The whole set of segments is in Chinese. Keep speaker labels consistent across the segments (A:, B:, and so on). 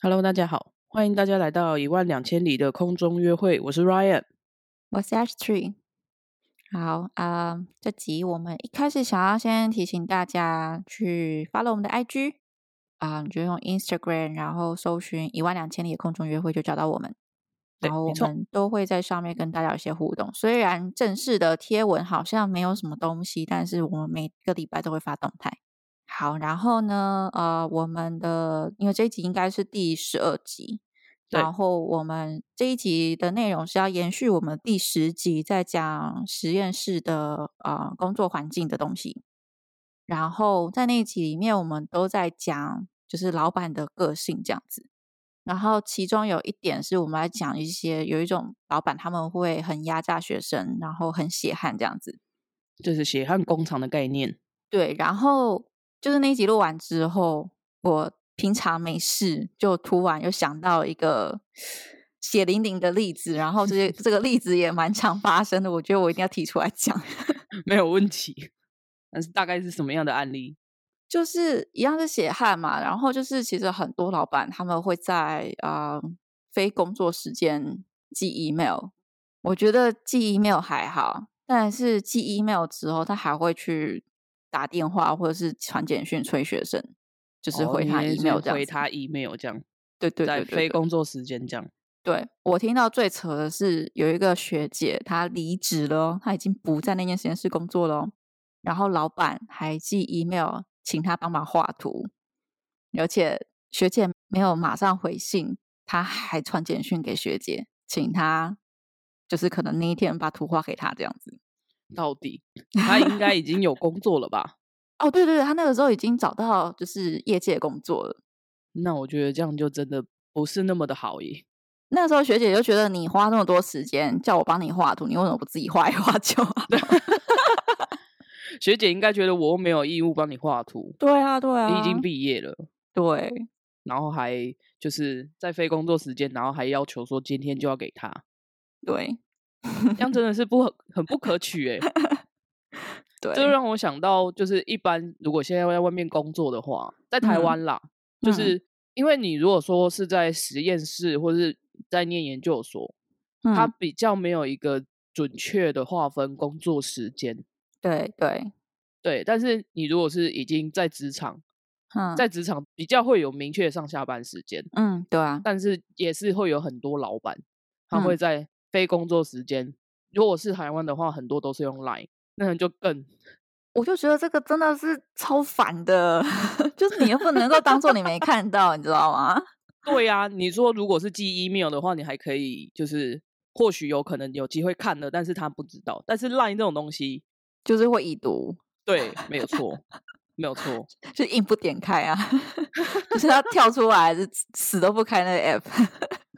A: Hello，大家好，欢迎大家来到一万两千里的空中约会，我是 Ryan。
B: 我是 Ashley。好啊、呃这集我们一开始想要先提醒大家去 follow 我们的 IG 啊、你就用 Instagram，然后搜寻一万两千里的空中约会就找到我们。
A: 对
B: 然后
A: 没
B: 我
A: 错
B: 们都会在上面跟大家有一些互动，虽然正式的贴文好像没有什么东西，但是我们每个礼拜都会发动态。好，然后呢，呃，我们的因为这一集应该是第十二集，
A: 对
B: 然后我们这一集的内容是要延续我们第十集在讲实验室的呃工作环境的东西。然后在那一集里面，我们都在讲就是老板的个性这样子。然后其中有一点是我们来讲一些有一种老板他们会很压榨学生，然后很血汗这样子。
A: 这是血汗工厂的概念。
B: 对，然后就是那一集录完之后，我平常没事就突然又想到一个血淋淋的例子，然后这些这个例子也蛮常发生的，我觉得我一定要提出来讲。
A: 没有问题。但是大概是什么样的案例？
B: 就是一样是血汗嘛，然后就是其实很多老板他们会在啊、呃非工作时间寄 email，我觉得寄 email 还好，但是寄 email 之后他还会去打电话或者是传简讯催学生，就是
A: 哦
B: 回
A: 你
B: 他
A: 也是
B: email 这样
A: 回
B: 子。
A: 他 email 这样，
B: 对对
A: 在
B: 对
A: 非
B: 对对，
A: 工作时间这样。
B: 对我听到最扯的是有一个学姐她离职了哦，她已经不在那间实验室工作了哦，然后老板还寄 email 请她帮忙画图，而且学姐没有马上回信，她还传简讯给学姐，请她就是可能那一天把图画给她这样子。
A: 到 底他应该已经有工作了吧？
B: 哦，对对对，她那个时候已经找到就是业界工作了。
A: 那我觉得这样就真的不是那么的好耶。
B: 那时候学姐就觉得你花那么多时间叫我帮你画图，你为什么不自己画一画就好？
A: 学姐应该觉得我又没有义务帮你画图，
B: 对啊，对啊，
A: 你已经毕业了，
B: 对，
A: 然后还就是在非工作时间，然后还要求说今天就要给他。
B: 对
A: 这样真的是不可很不可取哎、
B: 对，
A: 这让我想到，就是一般如果现在在外面工作的话，在台
B: 嗯
A: 湾啦，就
B: 嗯
A: 是因为你如果说是在实验室或是在念研究所，它
B: 嗯，
A: 比较没有一个准确的划分工作时间。
B: 对对，
A: 对，但是你如果是已经在职场，
B: 嗯
A: 在职场比较会有明确的上下班时间，
B: 嗯，对啊，
A: 但是也是会有很多老板，他会
B: 嗯
A: 在非工作时间，如果是台湾的话，很多都是用 Line，那就更
B: 我就觉得这个真的是超烦的， 就是你又不能够当做你没看到，你知道吗？
A: 对呀、你说如果是寄 email 的话，你还可以就是或许有可能有机会看的，但是他不知道。但是 Line 这种东西，
B: 就是会已读，
A: 对，没有错，没有错，
B: 就硬不点开啊， 就是要跳出来，还是死都不开那个 app。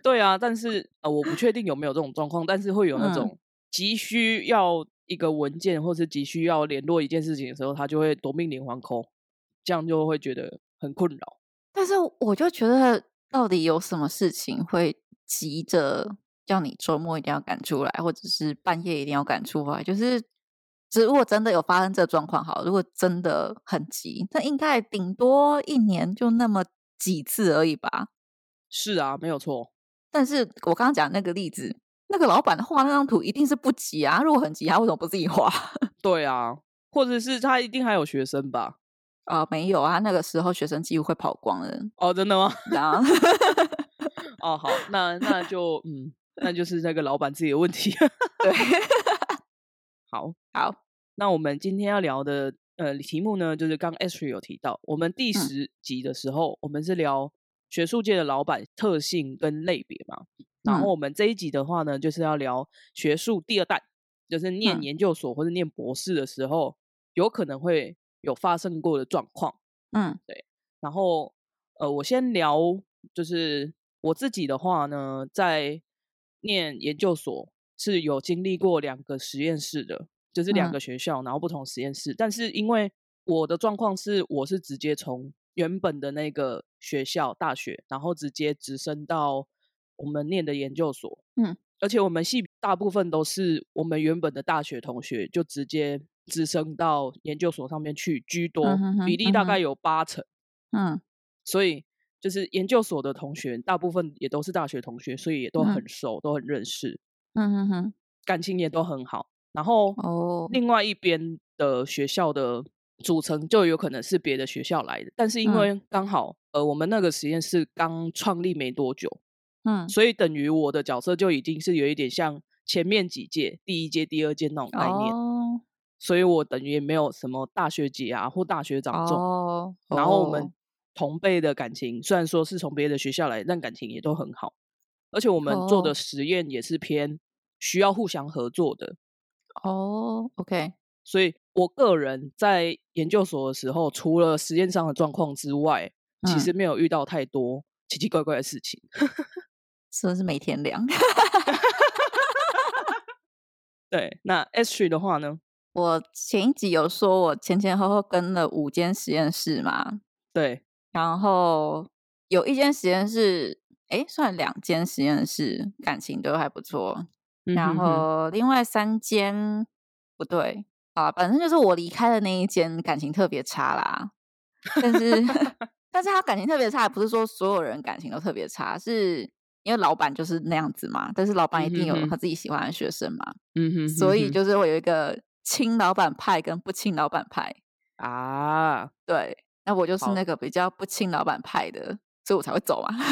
A: 对啊。但是呃，我不确定有没有这种状况，但是会有那
B: 嗯
A: 种急需要一个文件，或是急需要联络一件事情的时候，他就会夺命连环 call，这样就会觉得很困扰。
B: 但是我就觉得，到底有什么事情会急着叫你周末一定要赶出来，或者是半夜一定要赶出来？就是，只如果真的有发生这状况，好，如果真的很急，那应该顶多一年就那么几次而已吧。
A: 是啊，没有错。
B: 但是我刚刚讲那个例子，那个老板画那张图一定是不急啊，如果很急，他为什么不自己画？
A: 对啊，或者是他一定还有学生吧？
B: 啊、没有啊，那个时候学生几乎快跑光了，
A: 哦，真的吗？
B: 然后
A: 哦，好，那那就嗯，那就是那个老板自己的问题。
B: 对，
A: 好，
B: 好，
A: 那我们今天要聊的呃题目呢，就是刚 Ashley 有提到，我们第
B: 嗯
A: 十集的时候，我们是聊学术界的老板特性跟类别嘛。然后
B: 嗯
A: 我们这一集的话呢，就是要聊学术第二代，就是念
B: 嗯
A: 研究所或者念博士的时候，有可能会有发生过的状况。
B: 嗯
A: 然后呃，我先聊，就是我自己的话呢，在念研究所是有经历过两个实验室的，就是两
B: 嗯
A: 个学校，然后不同实验室。但是因为我的状况是，我是直接从原本的那个学校大学，然后直接直升到我们念的研究所。
B: 嗯，
A: 而且我们系大部分都是我们原本的大学同学，就直接直升到研究所上面去居多，
B: 嗯哼
A: 比
B: 哼
A: 例
B: 嗯
A: 大
B: 哼
A: 概有八成。
B: 嗯
A: 所以就是研究所的同学，大部分也都是大学同学，所以也都
B: 嗯
A: 很熟，都很认识，
B: 嗯哼哼，
A: 感情也都很好。然后
B: 哦，
A: 另外一边的学校的组成就有可能是别的学校来的，但是因
B: 嗯
A: 为刚好、呃，我们那个实验室刚创立没多久，
B: 嗯，
A: 所以等于我的角色就已经是有一点像前面几届第一届、第二届那种概念，
B: 哦，
A: 所以我等于也没有什么大学姐啊或大学长这种
B: 哦，
A: 然后我们
B: 哦
A: 同辈的感情，虽然说是从别的学校来，但感情也都很好。而且我们做
B: 哦
A: 的实验也是偏需要互相合作的，
B: 哦，OK，
A: 所以我个人在研究所的时候，除了实验上的状况之外，其
B: 嗯
A: 实没有遇到太多奇奇怪怪的事情。
B: 是不是每天量？
A: 对，那 S 区的话呢？
B: 我前一集有说我前前后后跟了五间实验室嘛，
A: 对，
B: 然后有一间实验室，诶，算两间实验室感情都还不错，
A: 嗯
B: 然
A: 哼哼
B: 后另外三间不对啊，反正就是我离开的那一间感情特别差啦，但 是但是他感情特别差，也不是说所有人感情都特别差，是因为老板就是那样子嘛，但是老板一定
A: 嗯哼
B: 有
A: 哼
B: 他自己喜欢的学生嘛，
A: 嗯哼哼
B: 所以
A: 哼
B: 就是会有一个亲老板派跟不亲老板派。
A: 啊，
B: 对，那我就是
A: 好
B: 那个比较不亲老板派的，所以我才会走啊嘛。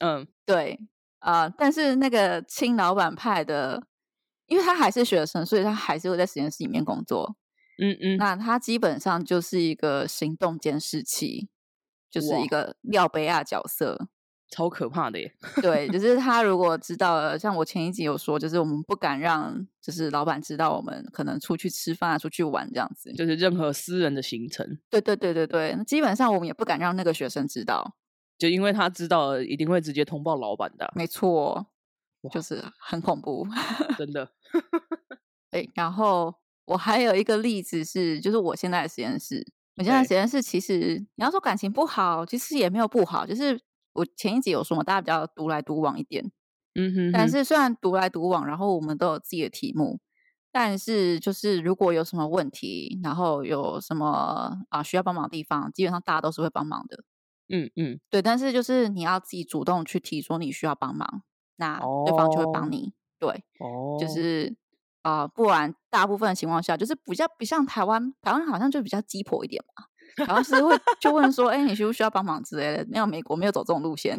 A: 嗯
B: 对，啊、但是那个亲老板派的，因为他还是学生，所以他还是会在实验室里面工作。
A: 嗯嗯，
B: 那他基本上就是一个行动监视器，就是
A: 哇
B: 一个廖贝亚角色。
A: 超可怕的耶。
B: 对，就是他如果知道了，像我前一集有说，就是我们不敢让，就是老板知道我们可能出去吃饭啊、出去玩这样子。
A: 就是任何私人的行程，
B: 对对对对对，那基本上我们也不敢让那个学生知道。
A: 就因为他知道了，一定会直接通报老板的啊、
B: 没错，哦
A: 哇
B: 就是很恐怖。
A: 真的。
B: 对，然后我还有一个例子是，就是我现在的实验室，我现在的
A: 对
B: 实验室其实你要说感情不好，其实也没有不好，就是我前一集有说嘛，大家比较独来独往一点。
A: 嗯哼
B: 但
A: 哼
B: 是虽然独来独往，然后我们都有自己的题目，但是就是如果有什么问题，然后有什么啊需要帮忙的地方，基本上大家都是会帮忙的。
A: 嗯嗯，
B: 对，但是就是你要自己主动去提说你需要帮忙，那对方就会
A: 哦
B: 帮你。对，
A: 哦，
B: 就是啊、呃不然大部分的情况下就是比较不像台湾，台湾好像就比较鸡婆一点嘛，然后是会就问说，哎、你需不需要帮忙之类的。没有，美国没有走这种路 线。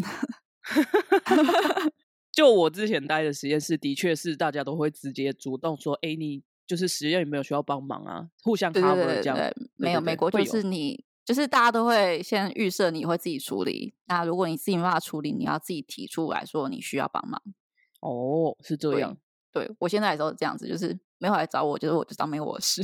A: 就我之前待的实验室，的确是大家都会直接主动说：“哎、你就是实验有没有需要帮忙啊？”互相
B: 对对
A: cover
B: 对
A: 这样。
B: 对，没
A: 对
B: 有
A: 对
B: 美国
A: 会
B: 就
A: 有
B: 是你。就是大家都会先预设你会自己处理，那如果你自己没办法处理，你要自己提出来说你需要帮忙。
A: 哦，是这
B: 对
A: 样。
B: 对我现在也都是这样子，就是没有来找我，就是我就当没我的事。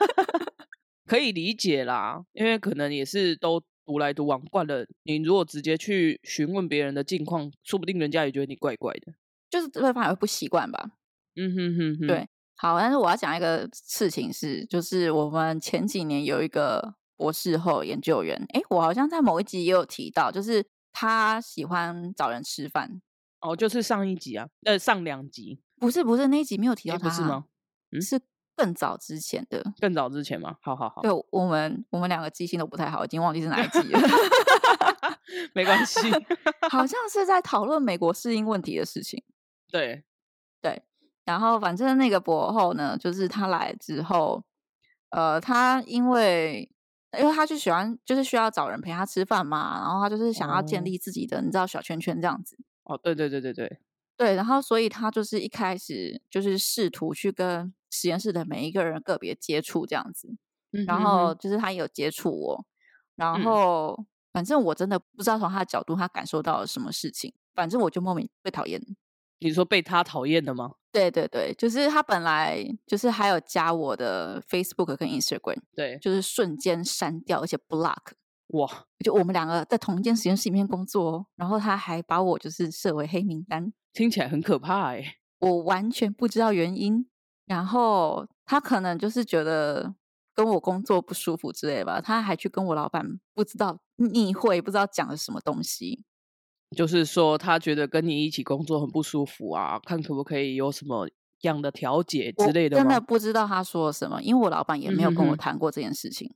A: 可以理解啦，因为可能也是都独来独往惯了。你如果直接去询问别人的近况，说不定人家也觉得你怪怪的。
B: 就是对方也会不习惯吧。
A: 嗯哼哼哼，
B: 对好，但是我要讲一个事情是，就是我们前几年有一个博士后研究员，诶，我好像在某一集也有提到，就是他喜欢找人吃饭，
A: 哦，就是上一集啊，呃，上两集，
B: 不是不是那一集没有提
A: 诶
B: 到
A: 不
B: 他、
A: 是吗？嗯
B: 是更早之前的。
A: 更早之前嘛。好好好，
B: 对我们我们两个记性都不太好，已经忘记是哪一集 了，
A: 没关 系。
B: 好像是在讨论美国适应问题的事情。
A: 对，
B: 然后反正那个博后呢，就是他来之后，呃，他因为因为他就喜欢，就是需要找人陪他吃饭嘛，然后他就是想要建
A: 哦
B: 立自己的，你知道小圈圈这样子。
A: 哦，对对对对对，
B: 对，然后所以他就是一开始就是试图去跟实验室的每一个人个别接触这样子，
A: 嗯
B: 然
A: 哼
B: 后
A: 哼
B: 就是他也有接触我，然
A: 嗯
B: 后、反正我真的不知道从他的角度他感受到了什么事情，反正我就莫名被讨厌
A: 你说被他讨厌的吗？
B: 对对对，就是他本来就是还有加我的 Facebook 跟 Instagram，
A: 对，
B: 就是瞬间删掉，而且 block。
A: 哇，
B: 就我们两个在同一间实验室里面工作哦，然后他还把我就是设为黑名单，
A: 听起来很可怕哎、
B: 我完全不知道原因。然后他可能就是觉得跟我工作不舒服之类吧，他还去跟我老板不知道逆会，不知道讲了什么东西。
A: 就是说他觉得跟你一起工作很不舒服啊，看可不可以有什么样的调解
B: 我
A: 之类的
B: 真
A: 吗？
B: 的不知道他说了什么，因为我老板也没有
A: 嗯
B: 跟
A: 哼
B: 我
A: 哼
B: 谈过这件事情。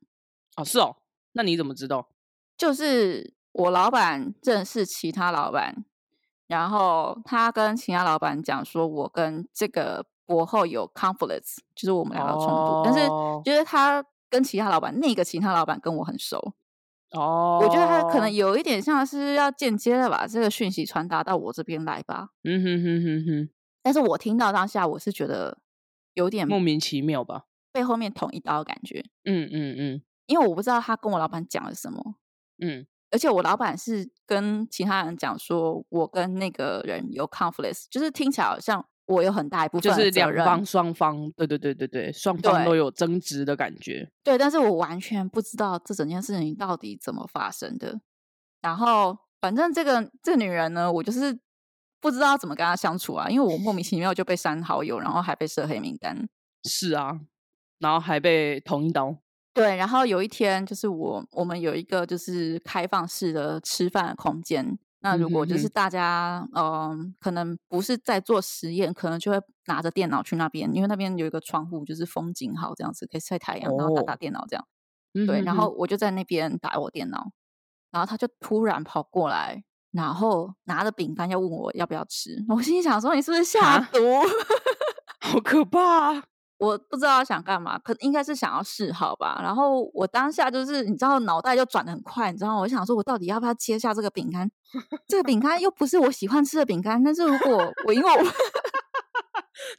A: 哦，是哦，那你怎么知道？
B: 就是我老板认识其他老板，然后他跟其他老板讲说，我跟这个博后有 conflicts，就是我们两个冲突，但是
A: 哦
B: 就是他跟其他老板，那个其他老板跟我很熟，
A: 哦，
B: 我觉得他可能有一点像是要间接的把这个讯息传达到我这边来吧。
A: 嗯哼哼哼哼，
B: 但是我听到当下，我是觉得有点
A: 莫名其妙吧？
B: 被后面捅一刀的感觉，
A: 嗯嗯嗯
B: 因为我不知道他跟我老板讲了什么，
A: 嗯，
B: 而且我老板是跟其他人讲说，我跟那个人有 conflict，就是听起来好像我有很大一部分
A: 就
B: 的
A: 是
B: 责
A: 两
B: 任
A: 方双方，对对对对对，双方都
B: 对
A: 有争执的感觉。
B: 对，但是我完全不知道这整件事情到底怎么发生的。然后，反正这个这个女人呢，我就是不知道怎么跟她相处啊，因为我莫名其妙就被删好友，然后还被设黑名单。
A: 是啊，然后还被捅一刀。
B: 对，然后有一天就是我我们有一个就是开放式的吃饭的空间。那如果
A: 嗯
B: 就
A: 哼
B: 是
A: 哼
B: 大家，嗯、可能不是在做实验，可能就会拿着电脑去那边，因为那边有一个窗户，就是风景好这样子，可以晒太阳，然后打
A: 哦
B: 打电脑这样。
A: 嗯
B: 对，
A: 哼
B: 然
A: 哼
B: 后我就在那边打我电脑，然后他就突然跑过来，然后拿着饼干要问我要不要吃。 我心里想说你是不是下
A: 啊
B: 毒？
A: 好可怕、啊！
B: 我不知道他想干嘛，可应该是想要示好吧。然后我当下就是你知道脑袋就转的很快，你知道吗我想说我到底要不要接下这个 饼干？这个饼干又不是我喜欢吃的饼干，但是如果我因为我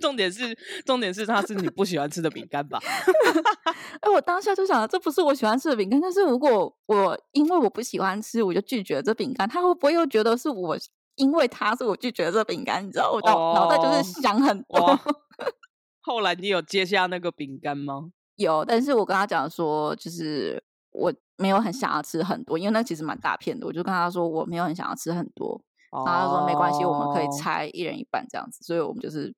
A: 重点是，重点是它是你不喜欢吃的饼干吧？
B: 哎，我当下就想，这不是我喜欢吃的饼干，但是如果我因为我不喜欢吃，我就拒绝这饼干，他会不会又觉得是我因为他是我拒绝这饼干？你知道，我脑、脑袋就
A: 哦
B: 是想很多
A: 哇。！后来你有接下那个饼干吗？
B: 有，但是我跟他讲说，就是我没有很想要吃很多，因为那其实蛮大片的，我就跟他说我没有很想要吃很多，
A: 哦
B: 然后他说没关系，我们可以拆一人一半这样子，所以我们就是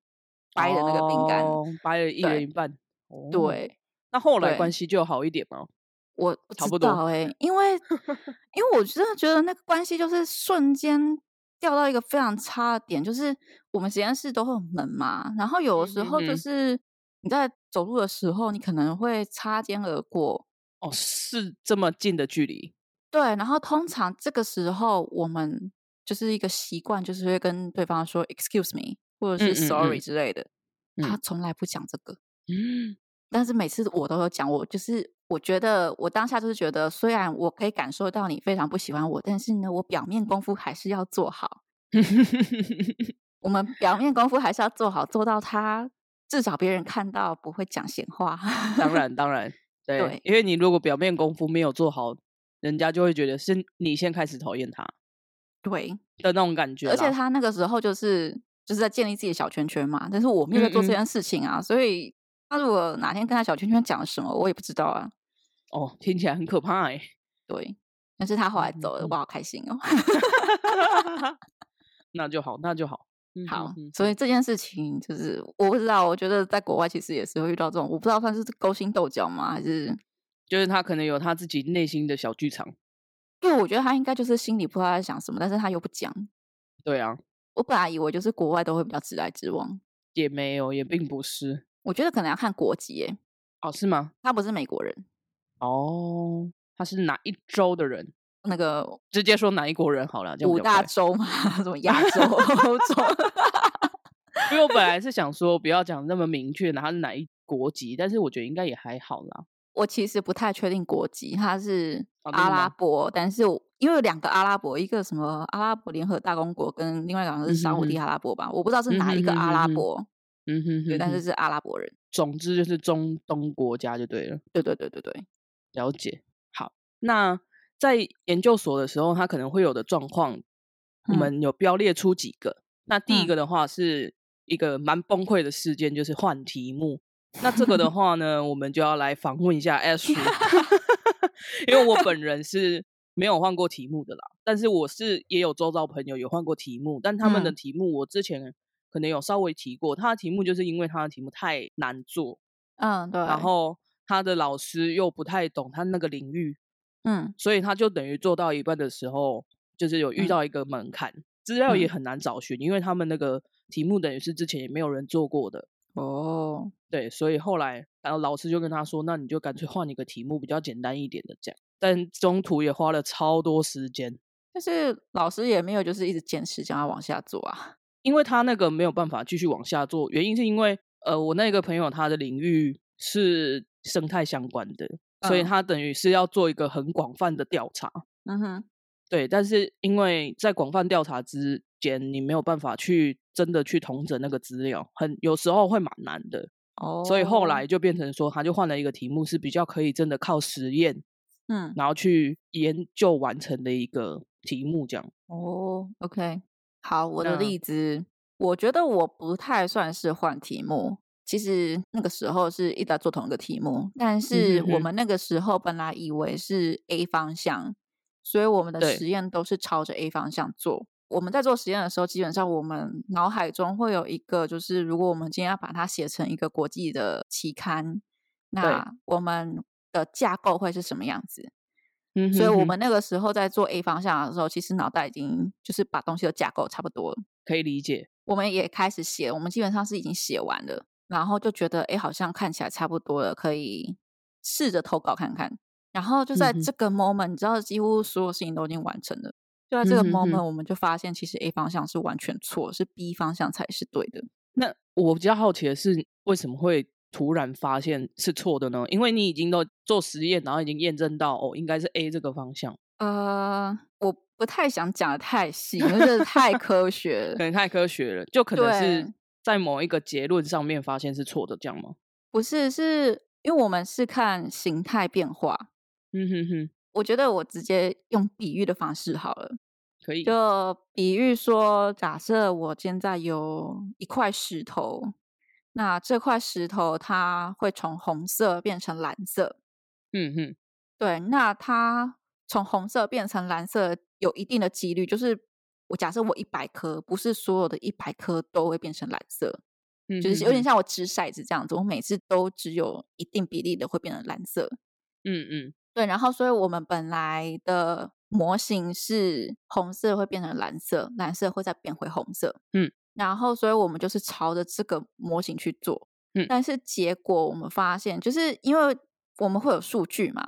B: 掰的那个饼干。
A: 哦掰了一人
B: 对
A: 一半。哦，
B: 对，
A: 那后来
B: 对
A: 关系就好一点吗？
B: 我不
A: 差
B: 知
A: 不多
B: 道哎、因为因为我真的觉得那个关系就是瞬间掉到一个非常差的点，就是我们实验室都会有门嘛，然后有的时
A: 嗯哼
B: 候就
A: 哼
B: 是你在走路的时候，你可能会擦肩而过，
A: 哦，是这么近的距 离。
B: 对，然后通常这个时候我们就是一个习惯，就是会跟对方说 “excuse me” 或者
A: 嗯嗯
B: 是 “sorry”
A: 嗯
B: 之类的，他
A: 嗯
B: 从来不讲这个。
A: 嗯，
B: 但是每次我都有讲，我就是我觉得我当下就是觉得，虽然我可以感受到你非常不喜欢我，但是呢，我表面功夫还是要做好。我们表面功夫还是要做好，做到他至少别人看到不会讲闲话。
A: 当然当然，对，
B: 对
A: 因为你如果表面功夫没有做好，人家就会觉得是你先开始讨厌他
B: 对，
A: 的那种感觉啦。
B: 而且他那个时候就是就是在建立自己的小圈圈嘛，但是我没有在做这
A: 嗯嗯
B: 件事情啊，所以他如果哪天跟他小圈圈讲了什么，我也不知道啊。
A: 哦，听起来很可怕哎、
B: 对，但是他后来
A: 嗯嗯
B: 走了，
A: 嗯
B: 我好开心哦。
A: 那就好，那就好。嗯
B: 好
A: 哼，哼
B: 所以
A: 哼
B: 这件事情就是我不知道，我觉得在国外其实也是会遇到这种，我不知道算是勾心斗角吗，还是
A: 就是他可能有他自己内心的小剧场。
B: 对，我觉得他应该就是心里不知道在想什么，但是他又不讲。
A: 对啊，
B: 我本来以为就是国外都会比较直来直往，
A: 也没有，也并不是。
B: 我觉得可能要看国籍耶，
A: 哦，是吗？
B: 他不是美国人，
A: 哦，他是哪一州的人？
B: 那个
A: 直接说哪一国人好了，这样
B: 五
A: 比较
B: 大
A: 快
B: 洲嘛，什么亚洲、欧洲，
A: 因为我本来是想说不要讲那么明确，他是哪一国籍，但是我觉得应该也还好啦。
B: 我其实不太确定国籍，他是
A: 哦真的
B: 阿拉
A: 吗
B: 伯，但是我因为有两个阿拉伯，一个什么阿拉伯联合大公国，跟另外两个是沙
A: 嗯
B: 烏
A: 哼
B: 地
A: 哼
B: 阿拉伯吧，我不知道是
A: 嗯
B: 哪一
A: 哼
B: 个
A: 哼
B: 阿
A: 哼
B: 拉
A: 哼
B: 伯，
A: 嗯哼
B: 对，
A: 哼
B: 但是
A: 哼，
B: 是阿拉伯人，
A: 总之就是中东国家就对了。
B: 对对对对对，
A: 了解。好，那在研究所的时候，它可能会有的状况，我
B: 嗯
A: 们有标列出几个。那第一
B: 嗯
A: 个的话是一个蛮崩溃的事件，就是换题目。那这个 的话呢，我们就要来访问一下 Ash，因为我本人是没有换过题目的啦，但是我是也有周遭朋友有换过题目，但他们的
B: 嗯
A: 题目我之前可能有稍微提过，他的题目就是因为他的题目太难做，
B: 嗯对，
A: 然后他的老师又不太懂他那个领域，
B: 嗯
A: 所以他就等于做到一半的时候，就是有遇
B: 嗯
A: 到一个门槛，资料也
B: 嗯
A: 很难找寻，因为他们那个题目等于是之前也没有人做过的，
B: 哦，
A: 对，所以后来然后老师就跟他说，那你就干脆换一个题目比较简单一点的这样。但中途也花了超多时间，
B: 但是老师也没有就是一直坚持想要往下做啊。
A: 因为他那个没有办法继续往下做，原因是因为呃，我那个朋友他的领域是生态相关的，所以
B: 嗯
A: 他等于是要做一个很广泛的调查。
B: 嗯哼，
A: 对，但是因为在广泛调查之间，你没有办法去真的去统整那个资料，很有时候会蛮难的。
B: 哦，
A: 所以后来，就变成说，他就换了一个题目，是比较可以真的靠实验，
B: 嗯，
A: 然后去研究完成的一个题目，这样。
B: 哦，OK，好，我的
A: 那
B: 例子，我觉得我不太算是换题目。其实那个时候是一直在做同一个题目，但是
A: 嗯
B: 我
A: 哼
B: 们那个时候本来以为是 A 方向，所以我们的
A: 对
B: 实验都是朝着 A 方向做。我们在做实验的时候，基本上我们脑海中会有一个，就是如果我们今天要把它写成一个国际的期刊，那我们的架构会是什么样子？
A: 嗯
B: 所以我
A: 哼
B: 们那个时候在做 A 方向的时候，其实脑袋已经就是把东西都架构差不多了。
A: 可以理解，
B: 我们也开始写，我们基本上是已经写完了，然后就觉得哎，诶好像看起来差不多了，可以试着投稿看看。然后就在
A: 嗯哼
B: 这个 moment，、你知道，几乎所有事情都已经完成了。就在
A: 嗯
B: 这个
A: 哼哼
B: moment，我们就发现其实 A 方向是完全错，是 B 方向才是对的。
A: 那我比较好奇的是，为什么会突然发现是错的呢？因为你已经都做实验，然后已经验证到哦，应该是 A 这个方向，
B: 呃，我不太想讲的太细，因为这太科学 了
A: 可。能太科学了，就可能是
B: 对
A: 在某一个结论上面发现是错的，这样吗？
B: 不是，是因为我们是看形态变化。
A: 嗯哼哼，
B: 我觉得我直接用比喻的方式好了，
A: 可以，
B: 就比喻说，假设我现在有一块石头，那这块石头它会从红色变成蓝色，
A: 嗯哼，
B: 对，那它从红色变成蓝色有一定的几率，就是我假设我一百颗，不是所有的一百颗都会变成蓝色，
A: 嗯
B: 就是
A: 哼
B: 有点
A: 哼
B: 像我掷骰子这样子，我每次都只有一定比例的会变成蓝色，
A: 嗯嗯，
B: 对，然后所以我们本来的模型是红色会变成蓝色，蓝色会再变回红色，
A: 嗯，
B: 然后所以我们就是朝着这个模型去做，
A: 嗯
B: 但是结果我们发现，就是因为我们会有数据嘛，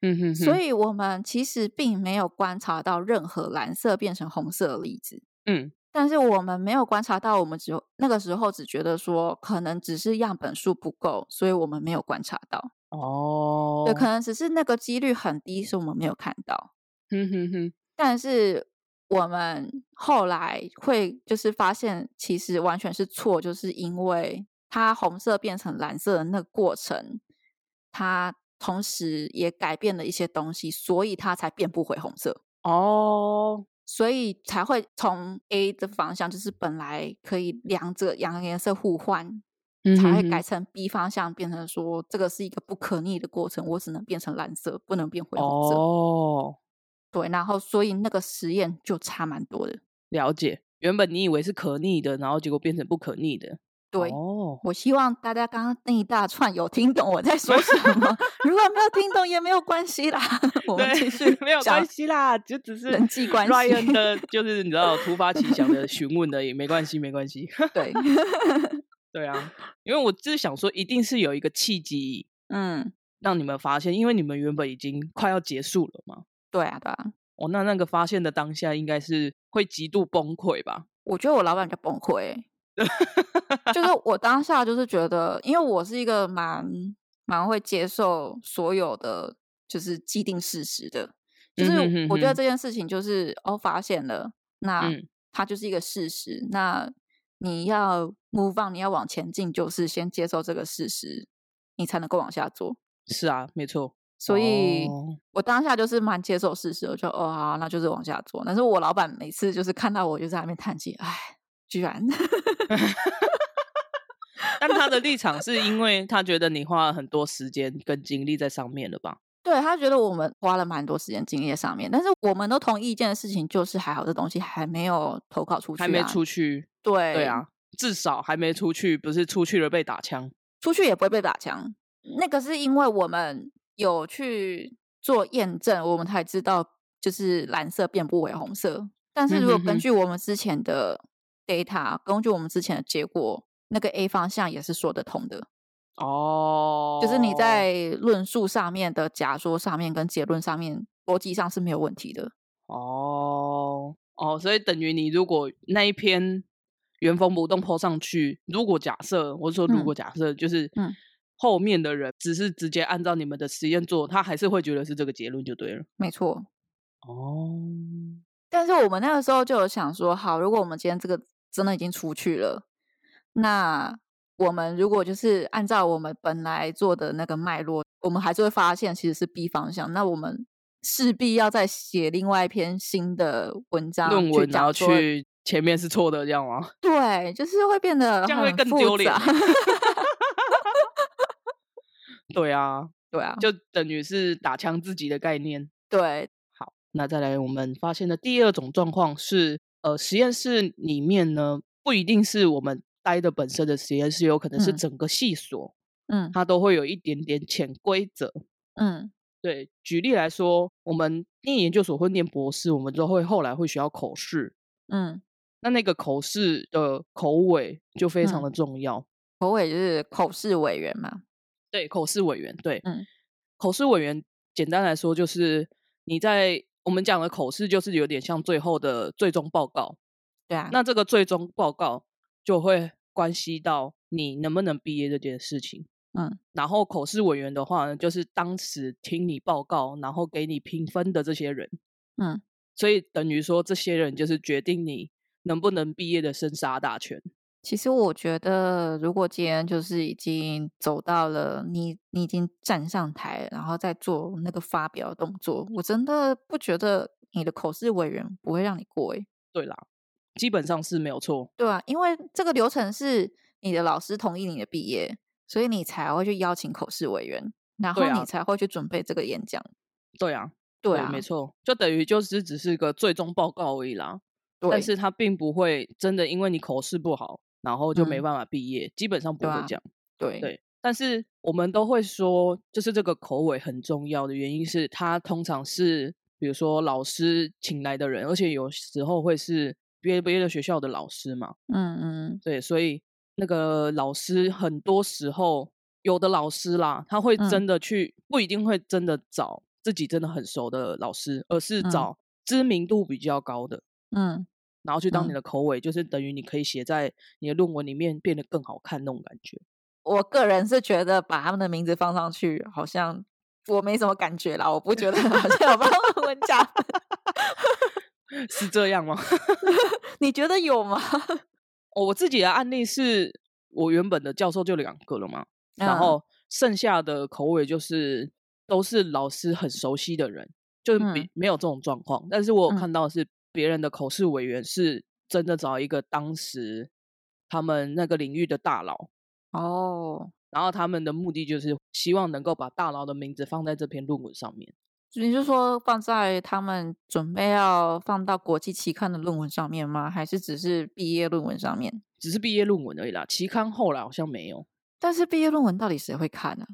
A: 嗯哼哼，
B: 所以我们其实并没有观察到任何蓝色变成红色的例子，
A: 嗯
B: 但是我们没有观察到，我们只有那个时候只觉得说可能只是样本数不够，所以我们没有观察到。
A: 哦，
B: 对，可能只是那个几率很低，是我们没有看到。
A: 嗯哼哼，
B: 但是我们后来会就是发现，其实完全是错，就是因为它红色变成蓝色的那个过程，它同时也改变了一些东西，所以它才变不回红色，
A: 哦，
B: 所以才会从 A 的方向，就是本来可以两者两个颜色互换。
A: 嗯
B: 才
A: 哼
B: 会
A: 哼
B: 改成 B 方向，变成说这个是一个不可逆的过程，我只能变成蓝色，不能变回红色。
A: 哦，
B: 对，然后所以那个实验就差蛮多的。
A: 了解。原本你以为是可逆的，然后结果变成不可逆的。
B: 对，
A: 哦，
B: 我希望大家刚刚那一大串有听懂我在说什么，如果没有听懂也没有关系啦， 我们继
A: 对，
B: 续
A: 没有
B: 讲
A: 关系啦，就只是
B: 人际关
A: Ryan
B: 系
A: 的，就是你知道突发奇想的询问的，也没关系，没关系。
B: 对，
A: 对啊，因为我就是想说，一定是有一个契机
B: 嗯，
A: 让你们发现，因为你们原本已经快要结束了嘛。
B: 对啊，对啊，
A: 哦，那那个发现的当下，应该是会极度崩溃吧？
B: 我觉得我老板比较崩溃欸、就是我当下就是觉得，因为我是一个蛮蛮会接受所有的就是既定事实的，就
A: 嗯哼
B: 是
A: 哼
B: 我觉得
A: 哼
B: 这件事情就是哦发现了，那
A: 嗯
B: 它就是一啊个事实，那你要 move on，你要往前进，就是先接受这个事实，你才能够往下做。
A: 是啊，没错。
B: 所以
A: 哦
B: 我当下就是蛮接受事实的，我就哦好，那就是往下做。但是我老板每次就是看到我就在那边叹气，哎，居然
A: 但他的立场是因为他觉得你花了很多时间跟精力在上面了吧？
B: 对他觉得我们花了蛮多时间精力在上面，但是我们都同意一件事情，就是还好这东西还没有投稿出去、啊，
A: 还没出去，
B: 对
A: 对，啊，至少还没出去，不是出去了被打枪。
B: 出去也不会被打枪。
A: 嗯
B: 那个是因为我们有去做验证，我们才知道就是蓝色变不为红色。但是如果
A: 嗯哼哼
B: 根据我们之前的 data，根据我们之前的结果，那个 A 方向也是说得通的。
A: 哦，
B: 就是你在论述上面的假说上面跟结论上面逻辑上是没有问题的。
A: 哦哦，所以等于你如果那一篇原封不动抛上去，如果假设，我是说如
B: 嗯
A: 果假设，就是
B: 嗯
A: 后面的人只是直接按照你们的实验做，他还是会觉得是这个结论就对了。
B: 没错，
A: 哦，
B: 但是我们那个时候就有想说，好，如果我们今天这个真的已经出去了，那我们如果就是按照我们本来做的那个脉络，我们还是会发现其实是 B 方向，那我们势必要再写另外一篇新的文章
A: 论文
B: 去
A: 然后
B: 讲说
A: 去前面是错的，这样吗？
B: 对，就是会变得
A: 这样会
B: 很
A: 更
B: 复
A: 丢脸
B: 杂
A: 对啊，
B: 对啊，
A: 就等于是打枪自己的概念。
B: 对，
A: 那再来，我们发现的第二种状况是，呃，实验室里面呢，不一定是我们待的本身的实验室，有可能是
B: 嗯
A: 整个系所，
B: 嗯
A: 它都会有一点点潜规则。
B: 嗯
A: 对，举例来说，我们念研究所或念博士，我们都会后来会学到口试，
B: 嗯，
A: 那那个口试的口尾就非常
B: 嗯
A: 的重要。
B: 口尾就是口试委员嘛，
A: 对，口试委员，对，
B: 嗯，
A: 口试委员，简单来说就是你在我们讲的口试，就是有点像最后的最终报告。
B: 对啊，
A: 那这个最终报告就会关系到你能不能毕业这件事情。
B: 嗯
A: 然后口试委员的话呢，就是当时听你报告，然后给你评分的这些人，
B: 嗯，
A: 所以等于说这些人就是决定你能不能毕业的生杀大权。
B: 其实我觉得，如果今天就是已经走到了你你已经站上台了，然后再做那个发表的动作，我真的不觉得你的口试委员不会让你过诶。
A: 对啦，基本上是没有错。
B: 对啊，因为这个流程是你的老师同意你的毕业，所以你才会去邀请口试委员，然
A: 对
B: 后
A: 啊
B: 你才会去准备这个演讲。
A: 对啊，
B: 对啊，
A: 没错，就等于就是只是个最终报告而已啦。
B: 对
A: 但是他并不会真的因为你口试不好，然后就没
B: 嗯
A: 办法毕业，基本上不
B: 对
A: 会
B: 啊
A: 这样。
B: 对
A: 对，但是我们都会说，就是这个口尾很重要的原因是，它通常是比如说老师请来的人，而且有时候会是别别的学校的老师嘛，
B: 嗯嗯
A: 对，所以那个老师很多时候有的老师啦，他会
B: 嗯
A: 真的去，不一定会真的找自己真的很熟的老师，而是
B: 嗯
A: 找知名度比较高的。
B: 嗯，
A: 然后去当你
B: 嗯
A: 的口尾，就是等于你可以写在你的论文里面变得更好看那种感觉。
B: 我个人是觉得把他们的名字放上去，好像我没什么感觉啦，我不觉得好像 有帮论文加分。
A: 是这样吗？
B: 你觉得有吗？
A: 哦，我自己的案例是我原本的教授就两个了嘛，然
B: 嗯
A: 后剩下的口尾就是都是老师很熟悉的人，就是比、
B: 嗯
A: 没有这种状况。但是我有
B: 嗯
A: 看到的是别人的口试委员是真的找一个当时他们那个领域的大佬，
B: 哦，
A: 然后他们的目的就是希望能够把大佬的名字放在这篇论文上面。
B: 你是说放在他们准备要放到国际期刊的论文上面吗？还是只是毕业论文上面？
A: 只是毕业论文而已啦，期刊后来好像没有。
B: 但是毕业论文到底谁会看 啊？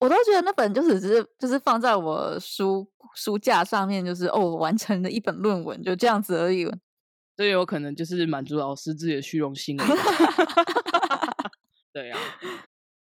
B: 我都觉得那本就只是就是放在我书书架上面，就是哦，我完成了一本论文，就这样子而已。
A: 这有可能就是满足老师自己的虚荣心而已吧。 对啊，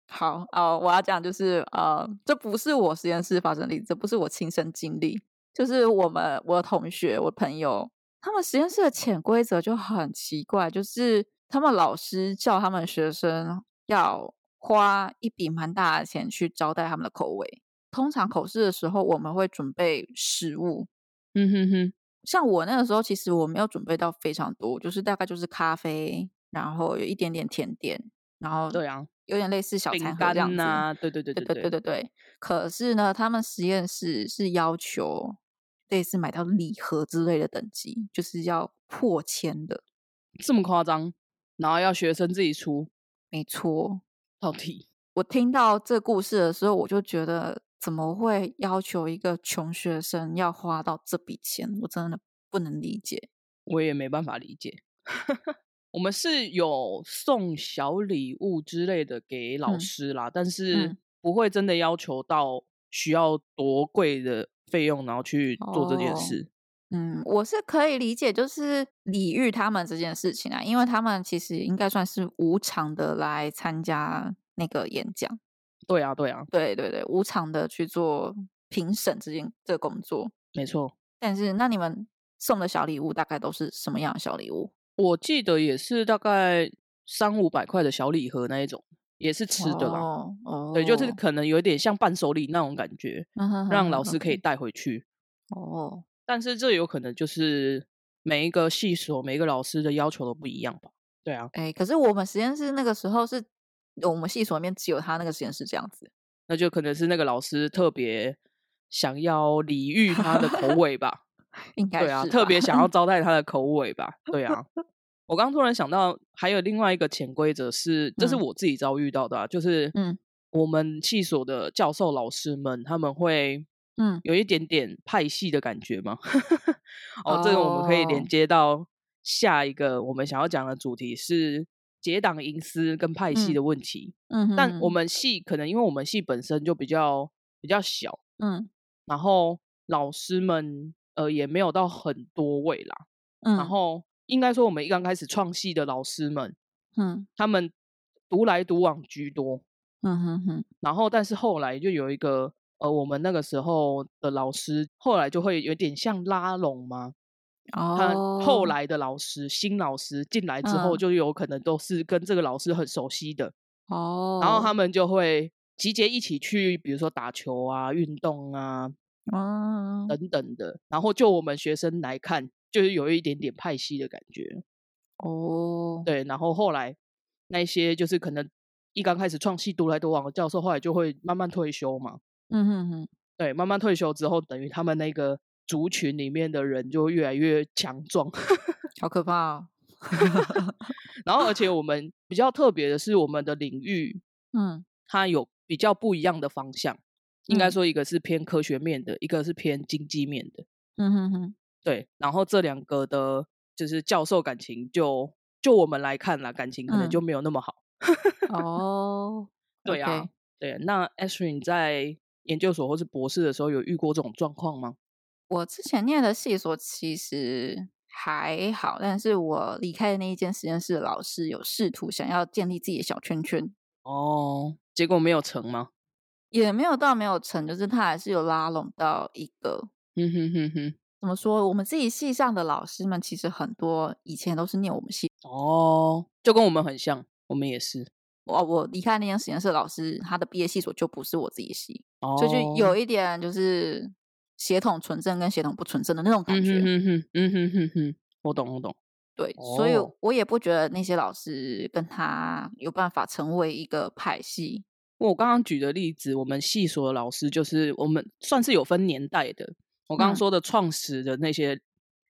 B: 好，哦，我要讲就是呃，这不是我实验室发生的例子，这不是我亲身经历，就是我们我的同学、我朋友，他们实验室的潜规则就很奇怪，就是他们老师叫他们学生要花一笔蛮大的钱去招待他们的口味。通常口试的时候，我们会准备食物，
A: 嗯哼哼，
B: 像我那个时候，其实我没有准备到非常多，就是大概就是咖啡，然后有一点点甜点，然后
A: 对啊，
B: 有点类似小
A: 饼
B: 餐盒这样
A: 干
B: 子。
A: 呐、对对对
B: 对
A: 对
B: 对对
A: 对，
B: 对对。可是呢，他们实验室是要求类似买到礼盒之类的等级，就是要破千的，
A: 这么夸张，然后要学生自己出，
B: 没错。
A: 到底
B: 我听到这故事的时候，我就觉得怎么会要求一个穷学生要花到这笔钱？我真的不能理解。
A: 我也没办法理解。 我们是有送小礼物之类的给老
B: 嗯
A: 师啦，但是
B: 嗯
A: 不会真的要求到需要多贵的费用，然后去做这件
B: 哦
A: 事。
B: 嗯，我是可以理解，就是礼遇他们这件事情啊，因为他们其实应该算是无偿的来参加那个演讲，
A: 对啊，对啊，
B: 对对对，无偿的去做评审这件这个工作。
A: 没错。
B: 但是，那你们送的小礼物大概都是什么样的小礼物？
A: 我记得也是大概三五百块的小礼盒那一种，也是吃的啦。
B: 哦，哦
A: 对，就是可能有一点像伴手礼那种感觉，
B: 嗯哼
A: 让
B: 哼
A: 老
B: 哼
A: 师
B: 哼
A: 可以带回去。
B: 哦，
A: 但是这有可能就是每一个系所、每一个老师的要求都不一样吧？对啊，
B: 哎，可是我们实验室那个时候是，我们系所里面只有他那个实验室这样子。
A: 那就可能是那个老师特别想要礼遇他的口味吧？
B: 应该
A: 对
B: 是
A: 啊，特别
B: 吧
A: 想要招待他的口味吧？对啊。我刚突然想到，还有另外一个潜规则是，这是
B: 嗯
A: 我自己遭遇到的、啊，就是
B: 嗯
A: 我们系所的教授老师们，他们会
B: 嗯
A: 有一点点派系的感觉吗？ 哦，这个我们可以连
B: 哦
A: 接到下一个我们想要讲的主题是结党营私跟派系
B: 嗯
A: 的问题。
B: 嗯哼，
A: 但我们系可能因为我们系本身就比较比较小，
B: 嗯
A: 然后老师们呃也没有到很多位啦，
B: 嗯，
A: 然后应该说我们一刚开始创系的老师们，
B: 嗯
A: 他们独来独往居多，
B: 嗯哼哼，
A: 然后但是后来就有一个呃，我们那个时候的老师后来就会有点像拉拢嘛。他
B: 哦，
A: 后来的老师，新老师进来之后，
B: 嗯
A: 就有可能都是跟这个老师很熟悉的，
B: 哦，
A: 然后他们就会集结一起去，比如说打球啊、运动啊
B: 嗯
A: 等等的。然后就我们学生来看，就是有一点点派系的感觉。
B: 哦，
A: 对，然后后来那一些就是可能一刚开始创系独来独往的教授，后来就会慢慢退休嘛。
B: 嗯哼哼，
A: 对，慢慢退休之后，等于他们那个族群里面的人就会越来越强壮。
B: 好可怕哦，
A: 然后，而且 我们比较特别的是，我们的领域
B: 嗯
A: 它有比较不一样的方向。应该
B: 嗯
A: 说，一个是偏科学面的，一个是偏经济面的。
B: 嗯哼哼，
A: 对，然后这两个的，就是教授感情就就我们来看啦，感情可能
B: 嗯
A: 就没有那么好。
B: 哦，
A: 对啊
B: OK，
A: 对，那 Ashley 你在研究所或是博士的时候，有遇过这种状况吗？
B: 我之前念的系所其实还好，但是我离开的那一间实验室的老师有试图想要建立自己的小圈圈，
A: 哦，结果没有成吗？
B: 也没有到没有成，就是他还是有拉拢到一个。
A: 哼嗯哼哼哼。
B: 怎么说？我们自己系上的老师们，其实很多以前都是念我们系。
A: 哦，就跟我们很像，我们也是。
B: 我我离开那间实验室的老师，他的毕业系所就不是我自己系，
A: 哦，
B: 所以就有一点就是血统纯正跟血统不纯正的那种感
A: 嗯
B: 觉。
A: 哼哼哼，嗯哼哼哼，我懂我懂。
B: 对，所以
A: 哦
B: 我也不觉得那些老师跟他有办法成为一个派系。
A: 我刚刚举的例子，我们系所的老师就是我们算是有分年代的。我刚刚
B: 嗯
A: 说的创始的那些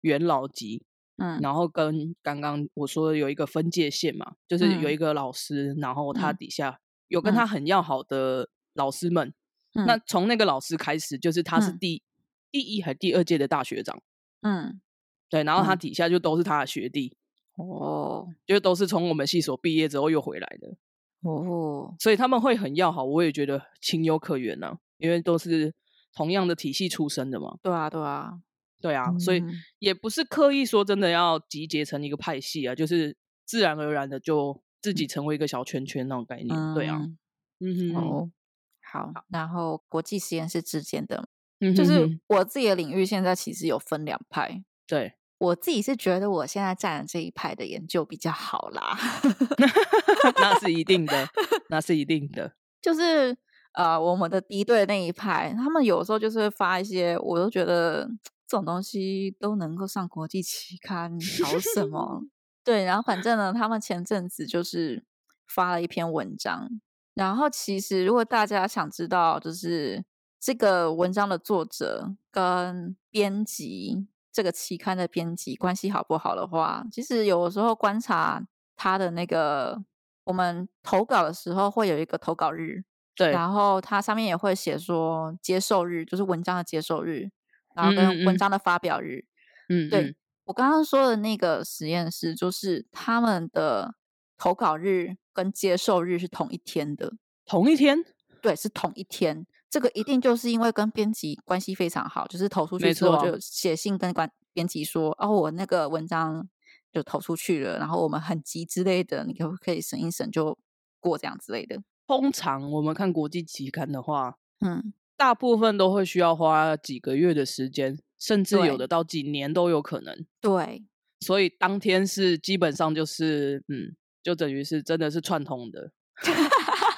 A: 元老级，
B: 嗯
A: 然后跟刚刚我说的有一个分界线嘛，就是有
B: 嗯
A: 一个老师，然后他
B: 嗯
A: 底下有跟他很要好的老师们。
B: 嗯
A: 那从那个老师开始，就是他是
B: 嗯
A: 第、第一还第二届的大学长，
B: 嗯，
A: 对，然后他
B: 嗯
A: 底下就都是他的学弟。
B: 哦
A: 就都是从我们系所毕业之后又回来的，
B: 哦，
A: 所以他们会很要好，我也觉得情有可原呐、因为都是同样的体系出身的嘛，
B: 对啊对啊，
A: 对啊，所以
B: 嗯
A: 也不是刻意说真的要集结成一个派系啊，就是自然而然的就自己成为一个小圈圈那种概念，对啊，
B: 嗯
A: 嗯哼哼，
B: 哦好，然后国际实验室之间的，
A: 嗯
B: 就
A: 哼
B: 是
A: 哼
B: 我自己的领域现在其实有分两派。
A: 对，
B: 我自己是觉得我现在站的这一派的研究比较好啦，
A: 那是一定 的，那是一定的，
B: 就是呃，我们的敌对那一派，他们有时候就是会发一些，我都觉得这种东西都能够上国际期刊，你搞什么？对，然后反正呢，他们前阵子就是发了一篇文章，然后其实如果大家想知道，就是这个文章的作者跟编辑。这个期刊的编辑关系好不好的话，其实有时候观察他的那个我们投稿的时候会有一个投稿日，
A: 对，
B: 然后它上面也会写说接受日，就是文章的接受日，然
A: 嗯
B: 后
A: 嗯
B: 跟
A: 嗯
B: 文章的发表日。
A: 嗯，
B: 对
A: 嗯
B: 我刚刚说的那个实验室，就是他们的投稿日跟接受日是同一天的，
A: 同一天，
B: 对，是同一天。这个一定就是因为跟编辑关系非常好，就是投出
A: 没
B: 去之后
A: 错
B: 就写信跟关编辑说：“哦，我那个文章就投出去了，然后我们很急之类的，你可不可以审一审就过这样之类的
A: 通常我们看国际期刊的话，？”
B: 嗯，
A: 大部分都会需要花几个月的时间，甚至有
B: 对
A: 的到几年都有可能。
B: 对，
A: 所以当天是基本上就是嗯，就等于是真的是串通的。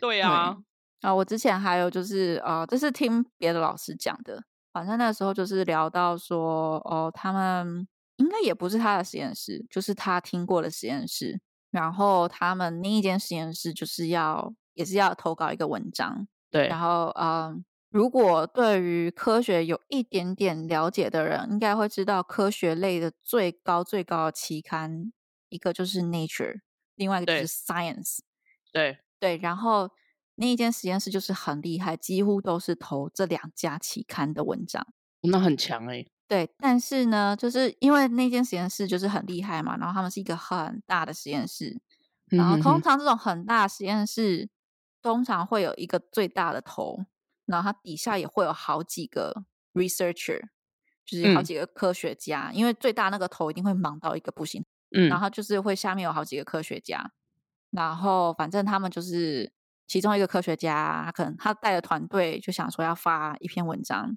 A: 对啊，
B: 啊，我之前还有就是呃，这是听别的老师讲的，反正那时候就是聊到说，哦，他们应该也不是他的实验室，就是他听过的实验室，然后他们另一间实验室就是要也是要投稿一个文章，
A: 对
B: 然后呃，如果对于科学有一点点了解的人，应该会知道科学类的最高最高的期刊，一个就是 Nature，另外一个就
A: 对
B: 是 Science。
A: 对
B: 对，然后那一间实验室就是很厉害，几乎都是投这两家期刊的文章。
A: 那很强哎、
B: 对，但是呢，就是因为那间实验室就是很厉害嘛，然后他们是一个很大的实验室，然后
A: 嗯
B: 通
A: 哼哼
B: 常这种很大的实验室，通常会有一个最大的头，然后它底下也会有好几个 researcher，就是好
A: 嗯
B: 几个科学家，因为最大那个头一定会忙到一个不行，然
A: 嗯
B: 后就是会下面有好几个科学家，然后反正他们就是其中一个科学家，他可能他带的团队就想说要发一篇文章，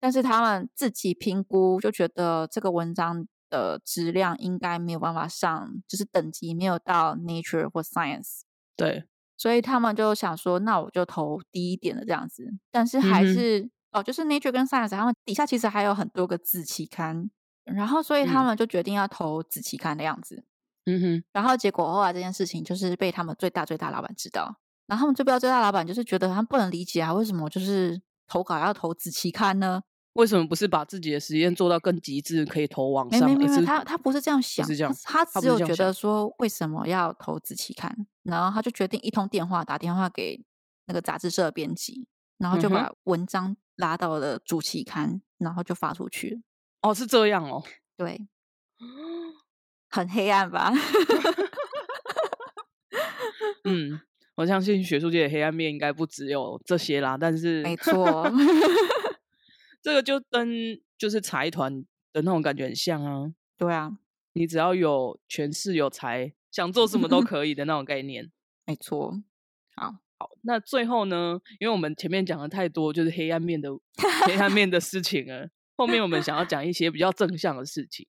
B: 但是他们自己评估就觉得这个文章的质量应该没有办法上，就是等级没有到 Nature 或 Science，
A: 对
B: 所以他们就想说，那我就投低一点的这样子，但是
A: 嗯
B: 还
A: 哼
B: 是、哦，就是 Nature 跟 Science 他们底下其实还有很多个子期刊，然后所以他
A: 嗯
B: 们就决定要投子期刊的样子。
A: 嗯哼
B: 然后结果后来这件事情就是被他们最大最大老板知道，然后他们最大最大老板就是觉得他们不能理解啊，为什么就是投稿要投子期刊呢？
A: 为什么不是把自己的实验做到更极致，可以投往
B: 没
A: 上？
B: 没没
A: 而
B: 没，
A: 是
B: 他他不是这样想，
A: 是这样他
B: 他他
A: 不
B: 只
A: 是
B: 有
A: 这样
B: 觉
A: 想
B: 得说为什么要投子期刊，然后他就决定一通电话打电话给那个杂志社的编辑，然后就
A: 嗯哼
B: 把文章拉到了主期刊，然后就发出去了，
A: 哦，是这样哦。
B: 对，很黑暗吧？
A: 嗯，我相信学术界的黑暗面应该不只有这些啦，但是
B: 没 错，
A: 这个就跟就是财团的那种感觉很像啊。
B: 对啊，
A: 你只要有权势有财，想做什么都可以的那种概念。
B: 没错，
A: 那最后呢，因为我们前面讲了太多就是黑暗面的黑暗面的事情了，后面我们想要讲一些比较正向的事情。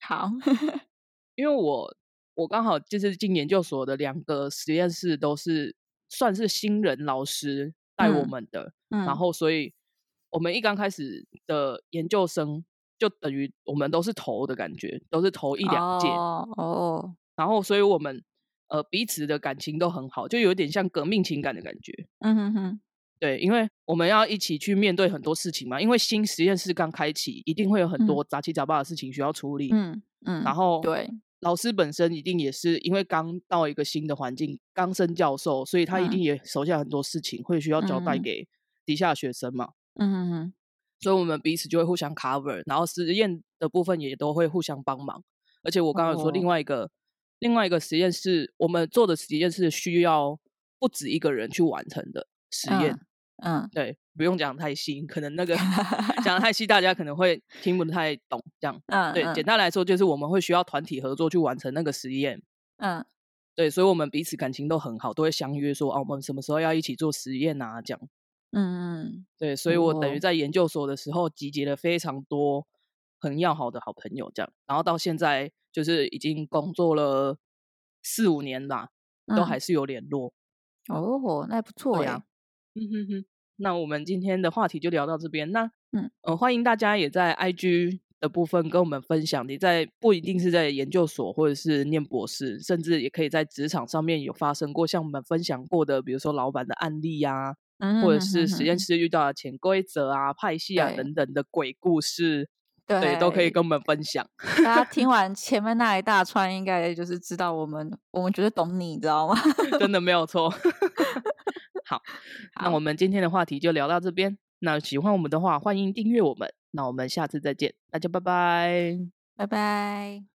B: 好，
A: 因为我我刚好就是进研究所的两个实验室都是算是新人老师带我
B: 嗯
A: 们的，
B: 嗯，
A: 然后所以我们一刚开始的研究生就等于我们都是投的感觉，都是投一两届，
B: 哦哦，
A: 然后所以我们呃彼此的感情都很好，就有点像革命情感的感觉。
B: 嗯哼哼，
A: 对，因为我们要一起去面对很多事情嘛，因为新实验室刚开启，一定会有很
B: 嗯
A: 多杂七杂八的事情需要处理。
B: 嗯嗯，
A: 然后
B: 对，
A: 老师本身一定也是因为刚到一个新的环境，刚升教授，所以他一
B: 嗯
A: 定也手下很多事情会需要交代
B: 嗯
A: 给底下的学生嘛，
B: 嗯哼哼，
A: 所以我们彼此就会互相 cover，然后实验的部分也都会互相帮忙。而且我刚刚有说另
B: 哦
A: 外一个、另外一个实验室，我们做的实验是需要不止一个人去完成的实验，
B: 嗯，
A: 对，不用讲太细，可能那 个讲得太细，大家可能会听不太懂。这样，
B: 嗯，
A: 对，
B: 嗯
A: 简单来说就是我们会需要团体合作去完成那个实验。
B: 嗯
A: 对，所以我们彼此感情都很好，都会相约说，啊，我们什么时候要一起做实验啊？这样，
B: 嗯
A: 对，所以我等于
B: 哦
A: 在研究所的时候集结了非常多很要好的好朋友，这样，然后到现在就是已经工作了四五年啦，
B: 嗯，
A: 都还是有联络。
B: 哦，那不错
A: 对呀、
B: 哎，
A: 嗯哼哼，那我们今天的话题就聊到这边。那
B: 嗯
A: 呃，欢迎大家也在 IG 的部分跟我们分享，你在不一定是在研究所或者是念博士，甚至也可以在职场上面有发生过像我们分享过的，比如说老板的案例啊呀、
B: 嗯，
A: 或者是实验
B: 室，
A: 室遇到的潜规则啊、派系啊
B: 对
A: 等等的鬼故事，对，
B: 对，
A: 都可以跟我们分享。
B: 大家听完前面那一大串，应该就是知道我们，我们绝对懂你，你知道吗？
A: 真的没有错。 好，那
B: 好
A: 我们今天的话题就聊到这边。那喜欢我们的话，欢迎订阅我们。那我们下次再见，大家拜拜。
B: 拜拜。